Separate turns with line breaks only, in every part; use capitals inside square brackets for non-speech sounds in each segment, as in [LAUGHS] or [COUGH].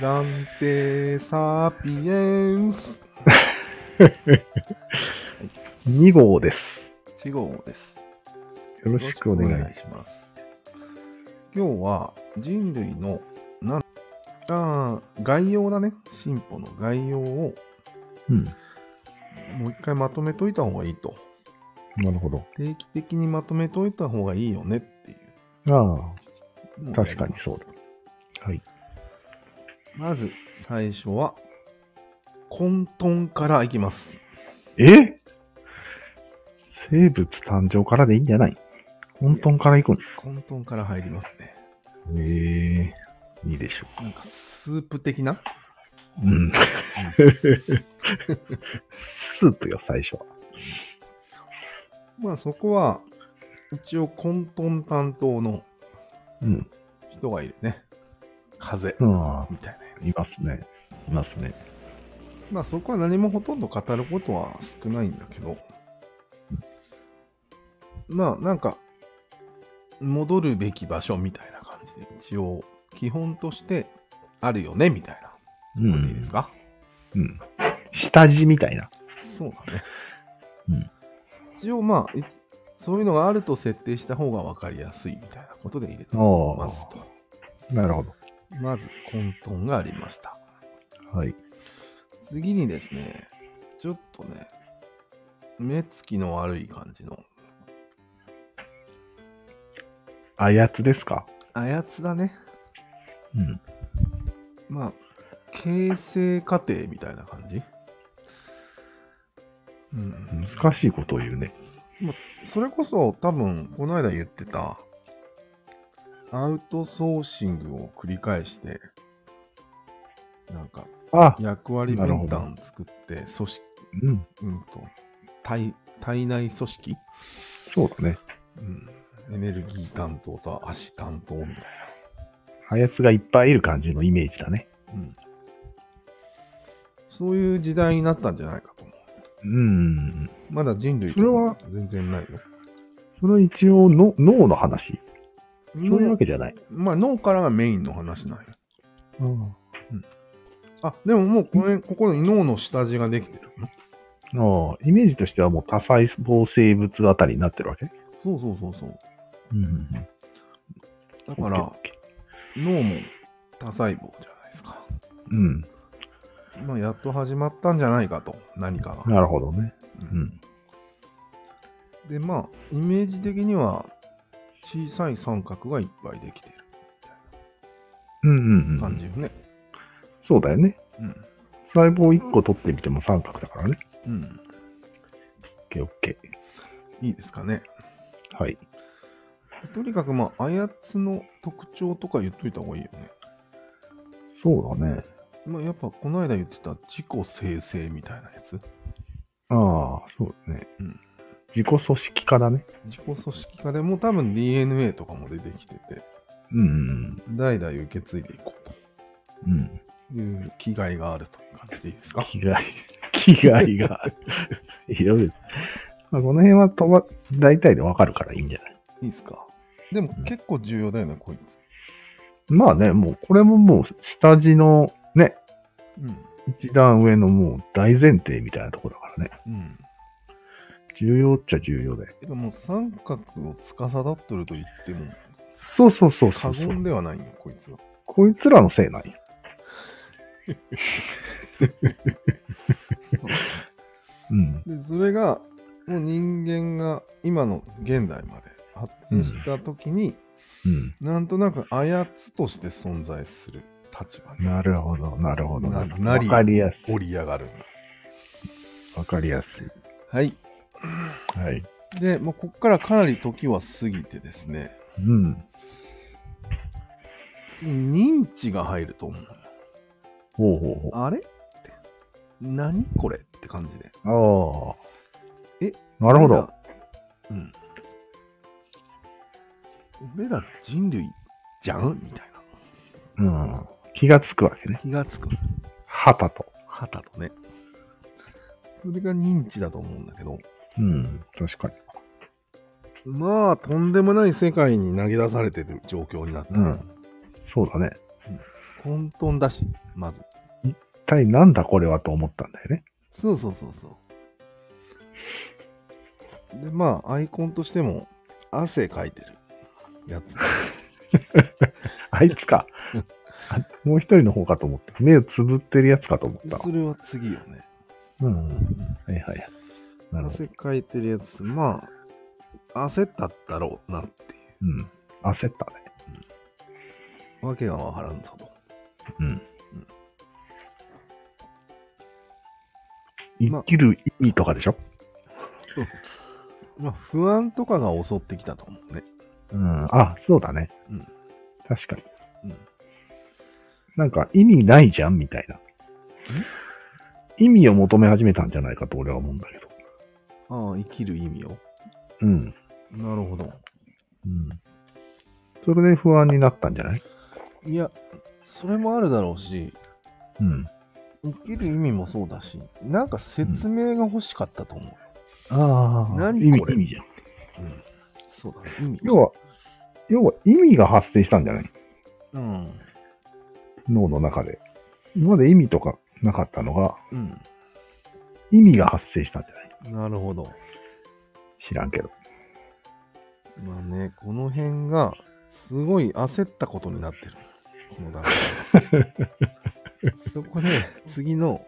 なんてサピエンス
2号です。
1号です。
よろしくお願いします。
します。今日は人類のなんあー概要だね。進歩の概要を
うん。
もう一回まとめといた方がいいと。
なるほど。
定期的にまとめといた方がいいよねってい
あ
う。
あ、確かにそうだ。はい。
まず最初は混沌からいきます。
え生物誕生からでいいんじゃない混沌から行く
混沌から入りますね。
のええいいでしょ
なんかスープ的な
う。うん。スープよ、最初は。
まあそこは一応混沌担当の
うん。
人がいるね。風
あ
みたいなやつ。
あ、いますね。いますね。
まあそこは何もほとんど語ることは少ないんだけど、まあなんか、戻るべき場所みたいな感じで、一応、基本としてあるよね、みたいな。
う
これでいいですか、
うん。下地みたいな。
そうだね。
うん
一応まあ、いそういうのがあると設定した方が分かりやすいみたいなことで入れて
おー
ますと。
なるほど。
まず混沌がありました。
はい。
次にですね、ちょっとね、目つきの悪い感じの、
あやつですか
あやつだね。
うん。
まあ、形成過程みたいな感じ。うん、
難しいことを言うね。
それこそ多分この間言ってたアウトソーシングを繰り返してなんか
あ、
役割分担作って組織、
うん。
うん、と体体内組織、
そうだね。
うん、エネルギー担当と足担当みたいな
あやつがいっぱいいる感じのイメージだね。
うん、そういう時代になったんじゃないかと思う。
うん。
まだ人類
それは
全然ないよ。
それは一応の脳の話。そういう
脳
わけじゃない。
まあ、脳からがメインの話なんよ。
うん。
あ、でももうこれ、ここに脳の下地ができてる。
ああ、イメージとしてはもう多細胞生物あたりになってるわけ
そうそうそうそう。
うん。
だから、脳も多細胞じゃないですか。
うん。
まあ、やっと始まったんじゃないかと、何かが。
なるほどね。
う
うんん。
で、まあ、イメージ的には、小さい三角がいっぱいできてる
うんうんう
感じ
ん。
よね。
そうだよね。
うん。
細胞1個取ってみても三角だからね。
うん。
オッケーオッケ
いいですかね。
ー。はい。
とにかく、まあ、あやつの特徴とか言っといた方がいいよね。
そうだね。
まあ、やっぱ、この間言ってた自己生成みたいなやつ。
ああ、そうだね。
うん
自己組織化だね。
自己組織化でもう多分 DNA とかも出てきてて、
うんうん
代々受け継いでいこ
うん。うん。
うという気概があるという感じでいいですか
気概、気概が、いろいろ。まあ、この辺はとば、大体でわかるからいいんじゃない
いいですかでも
うん
結構重要だよね、こいつ。
まあね、もう、これももう、下地の、ね、
うん。
一段上のもう大前提みたいなところだからね。
うん。
重要っちゃ重要だよ。
でもう三角を司ってると言っても
そうそうそうそ
過
うそう
言ではないよ、こいつは。
こいつらのせいな
[LAUGHS]
んよ。うん。
で、それが、もう人間が今の現代まで発展した時に、
うん。
なんとなくあやつとして存在する立場に
なるほど、なるほど。
な
なるほど
な
わ
り
かりやす
盛り上がるんだ。
い。わかりやす
はい。
い。はい。
で、もうここからかなり時は過ぎてですね、
うん。
次認知が入ると思う。
ほうほうほう。
あれって。何これって感じで。
ああ。
え
なるほど。
俺ら。うん。俺ら人類じゃんみたい
うん。気がつくわけ
な。
ね。
気がつく。
旗と。
旗とね。それが認知だと思うんだけど。
うん。確かに。
まあ、とんでもない世界に投げ出されてる状況になった。
うんそうだね。
混沌だし。まず。
一体なんだこれはと思ったんだよね。 [LAUGHS]
そうそうそうそう。で、まあ、アイコンとしても、汗かいてるやつ。
あいつ [LAUGHS] か。あもう一人の方かと思って。目をつぶってるやつかと思ったわ
それは次よね。
うんうんうん。はいはい。なるほど。
汗かいてるやつ、まあ、焦っただろうなってい
うん。焦ったね。
う。わけがわからんぞと。
うん。
まあ
生きる意味とかでしょ、
まあ、不安とかが襲ってきたと思うね。
うん。あ、そうだね。
うん
確かに。
うん。
なんか意味ないじゃんみたいな。意味を求め始めたんじゃないかと俺は思うんだけど。
ああ、生きる意味を。
うん。
なるほど。
うん。それで不安になったんじゃない
いや、それもあるだろうし、
うん。
生きる意味もそうだし、なんか説明が欲しかったと思う。
ああ
何
意味、
これ
意味じゃん。
うん。そうだね。意味。
要は、要は意味が発生したんじゃない
うん。
脳の中で。今まで意味とかなかったのが、
うん。
意味が発生したんじゃない
なるほど。
知らんけど。
まあね、この辺が、すごい焦ったことになってる。この段階 [LAUGHS] でそこで、次の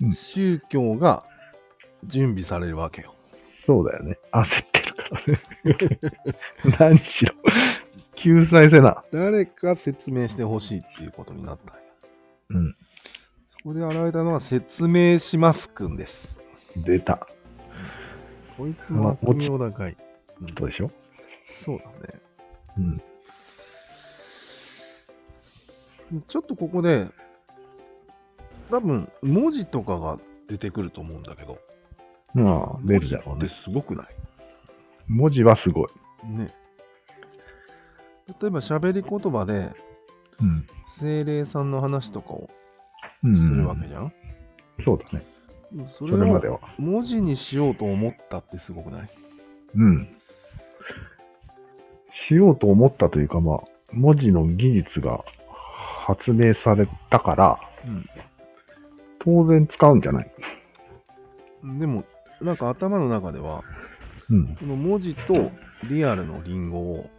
うん
宗教が準備されるわけよ。
そうだよね。焦ってるから [LAUGHS] ね。何しろ。救済せな。
誰か説明してほしいっていうことになったんや
うん。
そこで現れたのは説明しますくんです。
出た。
こいつも悪名高い。うん
どうでしょ
そうだね。
ううん。
ちょっとここで、多分文字とかが出てくると思うんだけど。
まあ、出るだろ
文
う
字
ね
っ。てすごくない
文字はすごい。
ね。例えば喋り言葉で
うん。
精霊さんの話とかを
う
す
ん、
るわけじゃん、
そうだね。
でもそ
そ
れ
れまで
を
は。
文字にしようと思ったってすごくない
うん。しようと思ったというか、まあ、文字の技術が発明されたから、当然使うんじゃない
うん。でも、なんか頭の中では、
うん。
この文字とリアルのリンゴを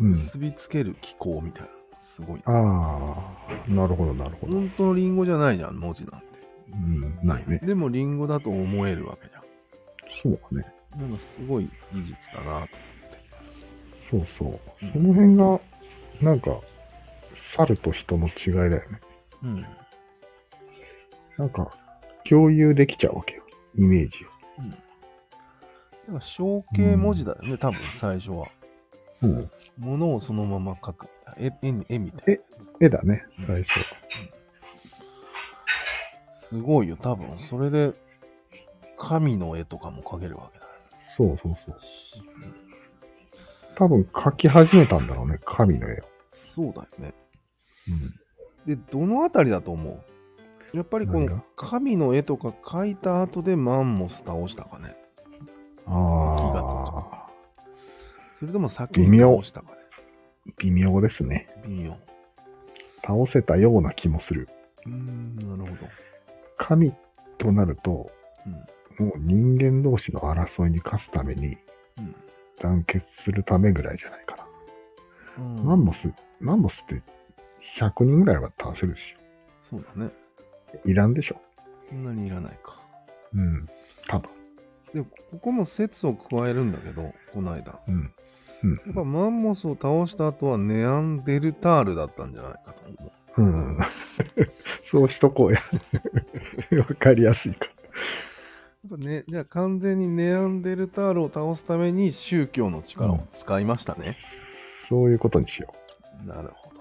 うん。
結びつける機構みたいな。すごい。
ああ、なるほど、なるほど。
本当のリンゴじゃないじゃん、文字なん
うん、ないね
て。。でもリンゴだと思えるわけじゃ
そうだね。
ん。なんかすごい技術だなと。
そうそう。その辺が、なんか、猿と人の違いだよね。
うん。
なんか、共有できちゃうわけよ。イメージを。
なんか象形文字だよね、多分最初は。
うん。
ものをそのまま書く。絵絵に絵みたい
え絵だね、最初。
な。すごいよ、多分。それで、神の絵とかも描けるわけだ
そうそうそう。
し。
多分描き始めたんだろうね、神の絵を。
そうだよね。で、どのあたりだと思うやっぱりこ
何
の
が
神の絵とか描いた後でマンモス倒したかね。
ああ、
それとも先に
微妙
倒したかね。
微妙ですね。
微妙。
倒せたような気もする。
うーん、なるほど。
神となると、
う
もう人間同士の争いに勝つために
ん。うん
団結するためぐらいじゃないかな。
うん
マンモス、マンモスって100人ぐらいは倒せるで
そうだね。
しょ。いらんでしょ。
そんなにいらないか。
うん。多分。
でも、ここも説を加えるんだけど、この間。
うん。
やっぱマンモスを倒した後はネアンデルタールだったんじゃないかと思う。
うん。そうしとこうや。わかりやすいから。
やっぱね、じゃあ完全にネアンデルタールを倒すために宗教の力を使いましたね。
そういうことにしよ
なるほど。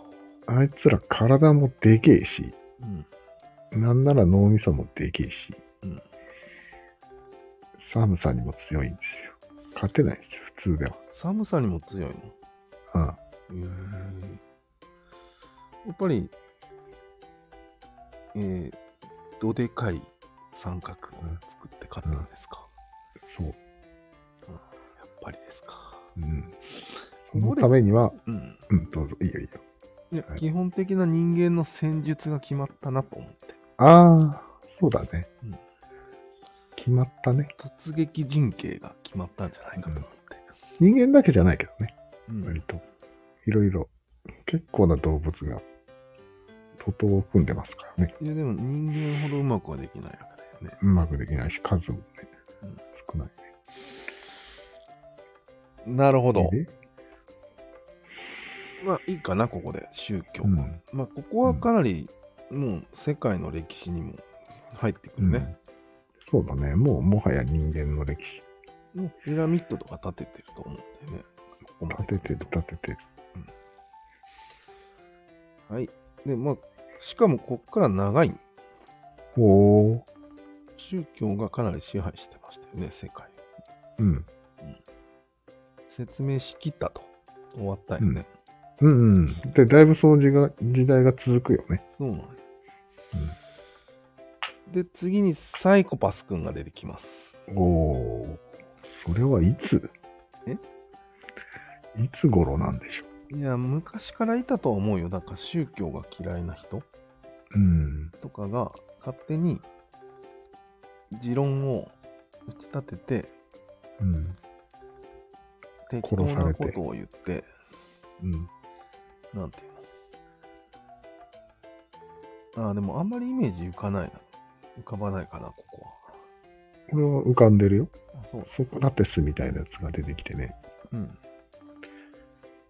う。あいつら体もでけえし、
うん。
なんなら脳みそもでけえし、
うん
寒さにも強いんですよ。勝てないんですよ、普通では。
寒さにも強いの。
うん。
へえやっぱり、えー、どでかい三角を作って勝ったんですか、
そう。
やっぱりですか。
うん。そのためには、
うん。
うん、どうぞ、いいよいいよ。
いや
はい
基本的な人間の戦術が決まったなと思って。
ああ、そうだね。
うん
決まったね。
突撃陣形が決まったんじゃないかと思って。
人間だけじゃないけどね。
うん
割と。いろいろ。結構な動物が、徒党を組んでますからね。
いやでも人間ほどうまくはできないわけだよね。
うまくできないし、数もね
うん、
少ない。
なるほ
で
まあいいかな、ここで、宗教は。
うん
まあここはかなり、もう世界の歴史にも入ってくるね。
うん。そうだね。もう、もはや人間の歴史。
もうピラミッドとか建ててると思うんだよね。ここまで
立ててる、立ててる。
はい。で、まあ、しかもこっから長い
おー。
宗教がかなり支配してましたよね、世界を。
うん。
説明しきったと。終わったよね。
うんうん。で、だいぶその時が時代が続くよね。
そうなんです。で、次にサイコパスくんが出てきます。
おおー。それはいつ
え
いつ頃なんでしょ
いや、昔からいたとは思うよ。だから宗教が嫌いな人
う。うん。
とかが勝手に持論を打ち立てて、
うん。
適当なことを言って、
うん。
なんていうの。ああ、でもあんまりイメージ浮かないな。浮かばないかな、ここ
これは浮かんでるよ。
は。あ、そう。
ソクラテスみたいなやつが出てきてね、
うん。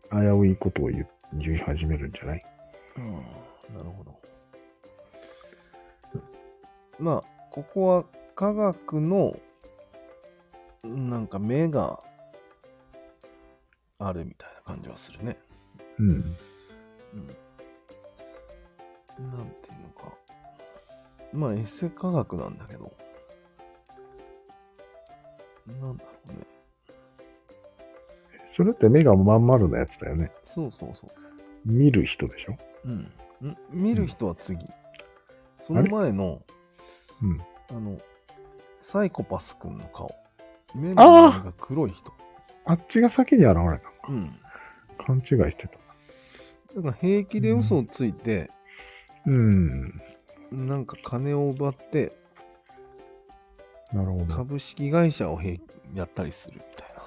危ういことを言う言い始めるんじゃない
うん、なるほど。まあ、ここは科学の、なんか目があるみたいな感じはするね。
うん。
うん。なんていうのか。まあ、エセ科学なんだけど。なんだろうね。
それって目がまん丸なやつだよね。
そうそうそ
見る人でしょ
う。うん。ん見る人は次。その前の、
うん。
あの、サイコパスくんの顔。目の
あー
周りが黒い人。
あっちが先に現れたのか。
うん。
勘違いしてた。
だから平気で嘘をついて、
うん。
なんか金を奪って、
なるほど。
株式会社を平やったりするみたいな。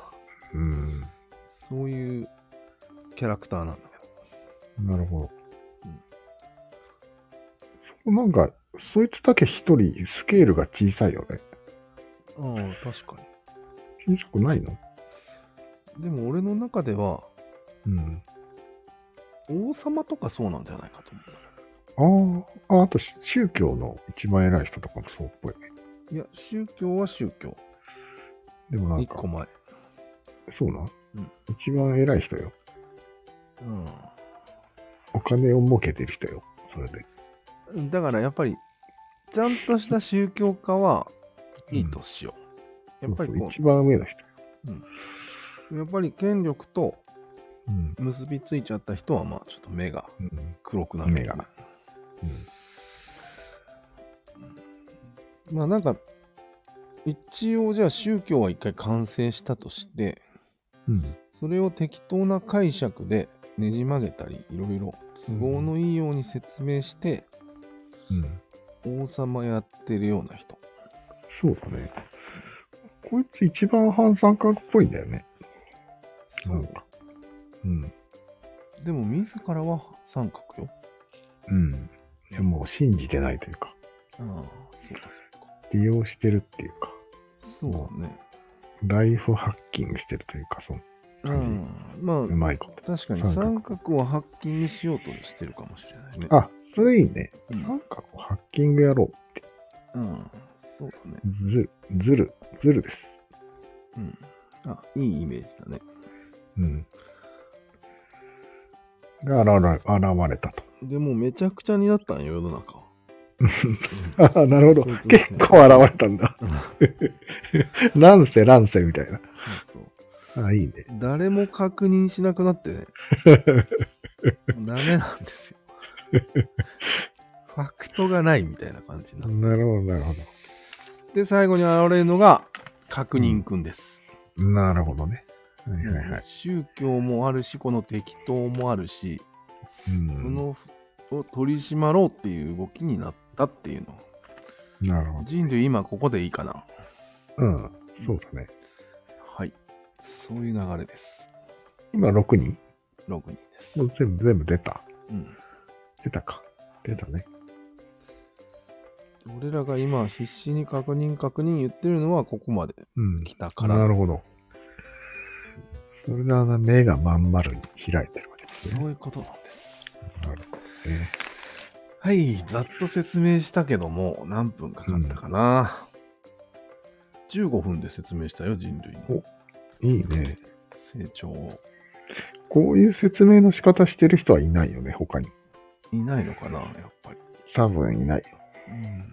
うん。
そういうキャラクターなんだけ
なるほど
うん。
そこなんか、そいつだけ一人スケールが小さいよね。
ど。ああ、確か
小さくないの
に。でも俺の中では、
うん。
王様とかそうなんじゃないかと思うんだ
あーあ、あとし宗教の一番偉い人とかもそうっぽいね。
けど。いや、宗教は宗教。
でもなん
一
か、
個前。
そうなん、
うん
一番偉い人よ。お金を儲けてる人よ。それで。
うん。だからやっぱり、ちゃんとした宗教家は、いいとしよう。やっぱり
そうそ
こ
う一番上の人。
う、やっぱり権力と
うん。
結びついちゃった人は、まあちょっと目が
うん。
黒くなる、
目が
まあなんか、一応じゃあ宗教は一回完成したとして、
うん。
それを適当な解釈でねじ曲げたり、いろいろ都合のいいように説明して、
うん。
王様やってるような人。
そうだね。こいつ一番反三角っぽいんだよね。なんか。うん。
でも自らは三角よ。
うん。でも信じてないというか、
ああ、
利用してるっていうか、
そうか。そうだね。
ライフハッキングしてるというか、その、
う
うんん。
まあ
う、まいこと。
確かに三
三
角をハッキングしようとしてるかもしれないね。
あ、それいいね。
うん
なんかこうハッキングやろう。
うん。そうだね。
ずる、ずる、ずるです。
うん。あ、いいイメージだね。
うん。が現れ現れたと。
でもうめちゃくちゃになったんよ、世の中は。
[LAUGHS] ああ、なるほど。結構現れた
[LAUGHS]
んだ。 [LAUGHS] 乱世、乱世みたいな。
そうそう。
あ、いいね。
誰も確認しなくなってね。もうダメなんですよ。ファクトがないみたいな感じになって。
なるほど、なるほ
で、最後に現れるのが、確認くんです。
ど。なるほどね。はいはいはい。
宗教もあるし、この適当もあるし、
うん
そのを取り締まろうっていう動きになったっていうの。
なるほど。
人類今ここでいいかな。
うん。そうだね。
はい。そういう流れです。
今6人
6人です。
もう全部、全部出た。
うん
出たか。出たね。
俺らが今必死に確認確認言ってるのはここまで
うん。
来たから。
なるほど。それであの目がまん丸に開いてるわけです
そ
ね。
ういうことなんです。
なるほどね。
はい、ざっと説明したけども、何分かかったかな。15分で説明したよ、人類の
いいね。
成長を。
こういう説明の仕方してる人はいないよね、他に。
いないのかな、やっぱり。
多分いない。
うん。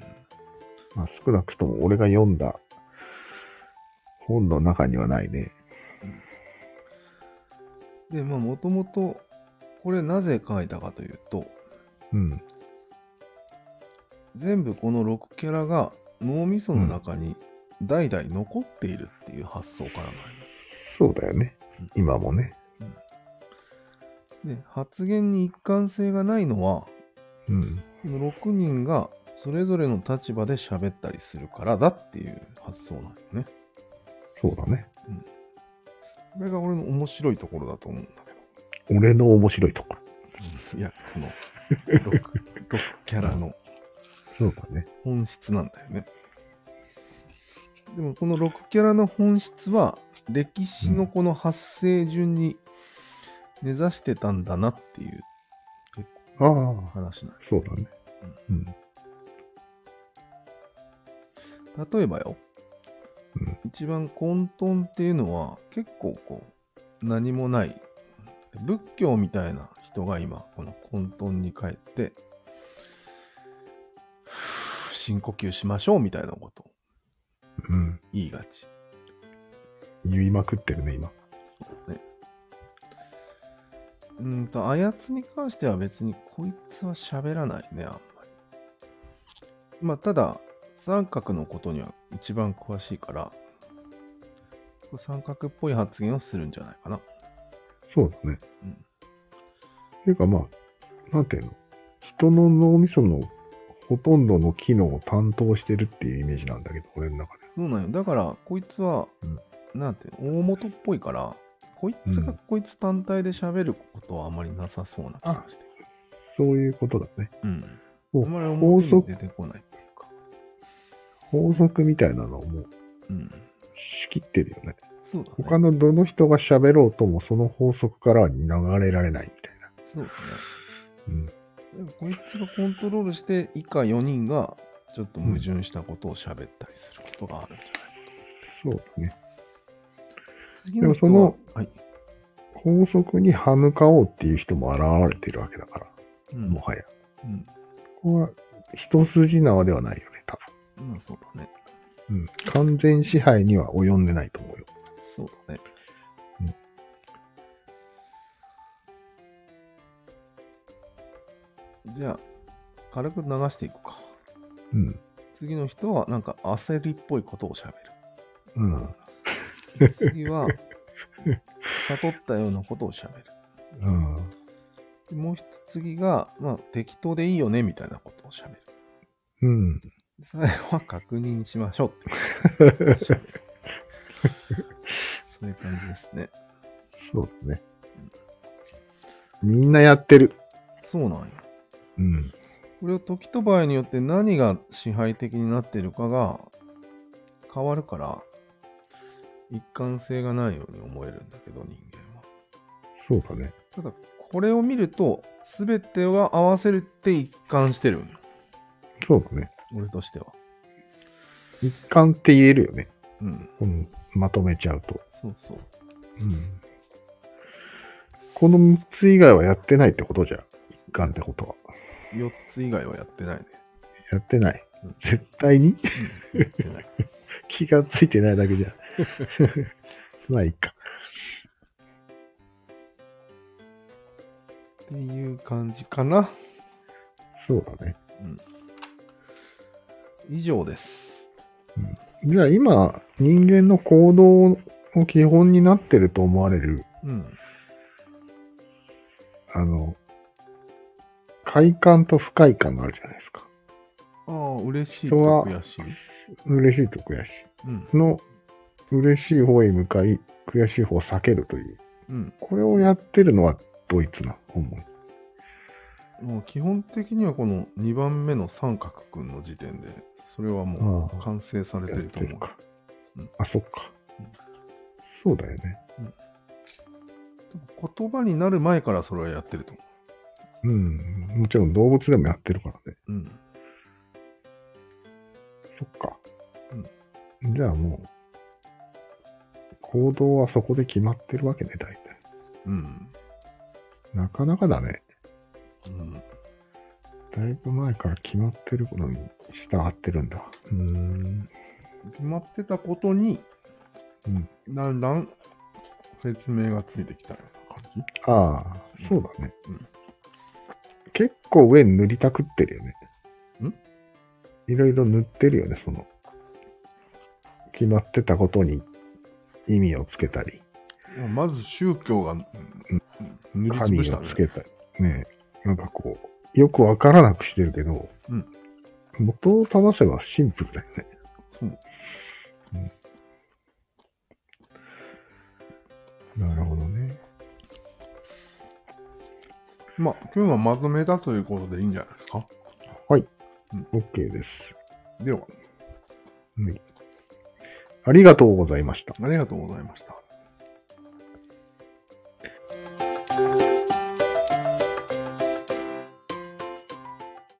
まあ、少なくとも俺が読んだ本の中にはないね。
で、まあ、もともと、これなぜ書いたかというと、
うん。
全部この6キャラが脳みその中に代々残っているっていう発想からなんよ
そうだよね
うん。
今もね。
で、発言に一貫性がないのは、
うん。
この6人がそれぞれの立場で喋ったりするからだっていう発想なんよね。
そうだね。
これが俺の面白いところだと思うんだけ
俺の面白いところ。
ど。いや、この 6, キャラの
そうだね。
本質なんだよね。でもこの6キャラの本質は歴史のこの発生順に根ざしてたんだなっていう
ああ、
話なんよ
そうだね。うん。
例えばよ、
うん
一番混沌っていうのは結構こう何もない仏教みたいな人が今この混沌に帰ってふう深呼吸しましょうみたいなことを
うん。
言いがち、
言いまくってるね、今。
ね、うんとあやつに関しては別にこいつは喋らないねあんまりまあただ三角のことには一番詳しいから三角っぽい発言をするんじゃないかな
そうだね。
うん
ていうかまあ、なんていうの人の脳みそのほとんどの機能を担当してるっていうイメージなんだけど、俺の中で。
そうなんよ。だから、こいつは、なんて、大元っぽいから、こいつが
うん
こいつ単体で喋ることはあまりなさそうな気がして
そういうことだね。
る。う
そ
ん。
う
あまり表に
法則
出てこないっていうか。
法則みたいなのをもう
うん。
仕切ってるよね。
そうだね。
他のどの人が喋ろうともその法則からは流れられないみたいな。
そうだね。
うん。
でもこいつがコントロールして、以下4人が、ちょっと矛盾したことを喋ったりすることがあるんじゃないか
そうだね。
と。次の人は
でも、
はい。
法則に歯向かおうっていう人も現れてるわけだから、
うん
もはや。
うん。
ここは一筋縄ではないよね、多
まあ、そうだね。
分。うん。完全支配には及んでないと思うよ。
そうだね。
うん
じゃあ、軽く流していくか。
うん。
次の人は、なんか焦りっぽいことをしゃ
うん。
べる。次は、悟ったようなことをしゃべる。
うん。
でもう一つ次が、まあ、適当でいいよね、みたいなことをしゃべる。
うん。
で最後は確認しましょうってことをしゃべる。そういう感じですね。
そうだね。みんなやってる。
そうなんよ。
うん。
これを時と場合によって何が支配的になっているかが変わるから一貫性がないように思えるんだけど人間は。
そうだね。
ただこれを見ると全ては合わせるって一貫してるんよ。
そうだね。
俺としては。
一貫って言えるよね。
うん。
うん。まとめちゃうと。
そうそう。
うん。この3つ以外はやってないってことじゃん。一貫ってことは。
4つ以外はやってないね。
やってない
うん。
絶対に [LAUGHS]
やってない。
気がついてないだけじゃん。 [LAUGHS] まあいいか。
っていう感じかな。
そうだね。
以上です。
じゃあ今、人間の行動の基本になってると思われる、
うん。
あの、快感と不快感があるじゃないですか。
ああ、嬉しいと
人は
悔しい。
嬉しいと悔し
うん。
い。の、嬉しい方へ向かい、悔しい方を避けるという。
うん。
これをやってるのはドイツな、主に。
もう基本的にはこの2番目の三角くんの時点で、それはも
あ
う
あ
完成されて
やっ
ると
てる
思う。
か
うん。
あ、そっか
うん。
そうだよね。
言葉になる前からそれはやってると思
うん。もちろん動物でもやってるからね。
う。うん。
そっか。じゃあもう、行動はそこで決まってるわけね、大体。
うん。
なかなかだね。
うん。
だいぶ前から決まってるのに従ってるんだ。うーん。
決まってたことに、
うん
だんだん説明がついてきたような感じ。
ああ、そうだね。
うん
結構上塗りたくってるよね。いろいろ塗ってるよね、その。決まってたことに意味をつけたり、
いやまず宗教が、うん塗りつぶ
神
した
を
ね
つ。けたり。ねえなんかこう、よくわからなくしてるけど、
うん
元を正せばシンプルだよね。
うん
なるほどね。
まあ、今日はまとめだということでいいんじゃないですか。
はい。
うん
オッ OK です。
では、
はい。ありがとうございました。
ありがとうございました。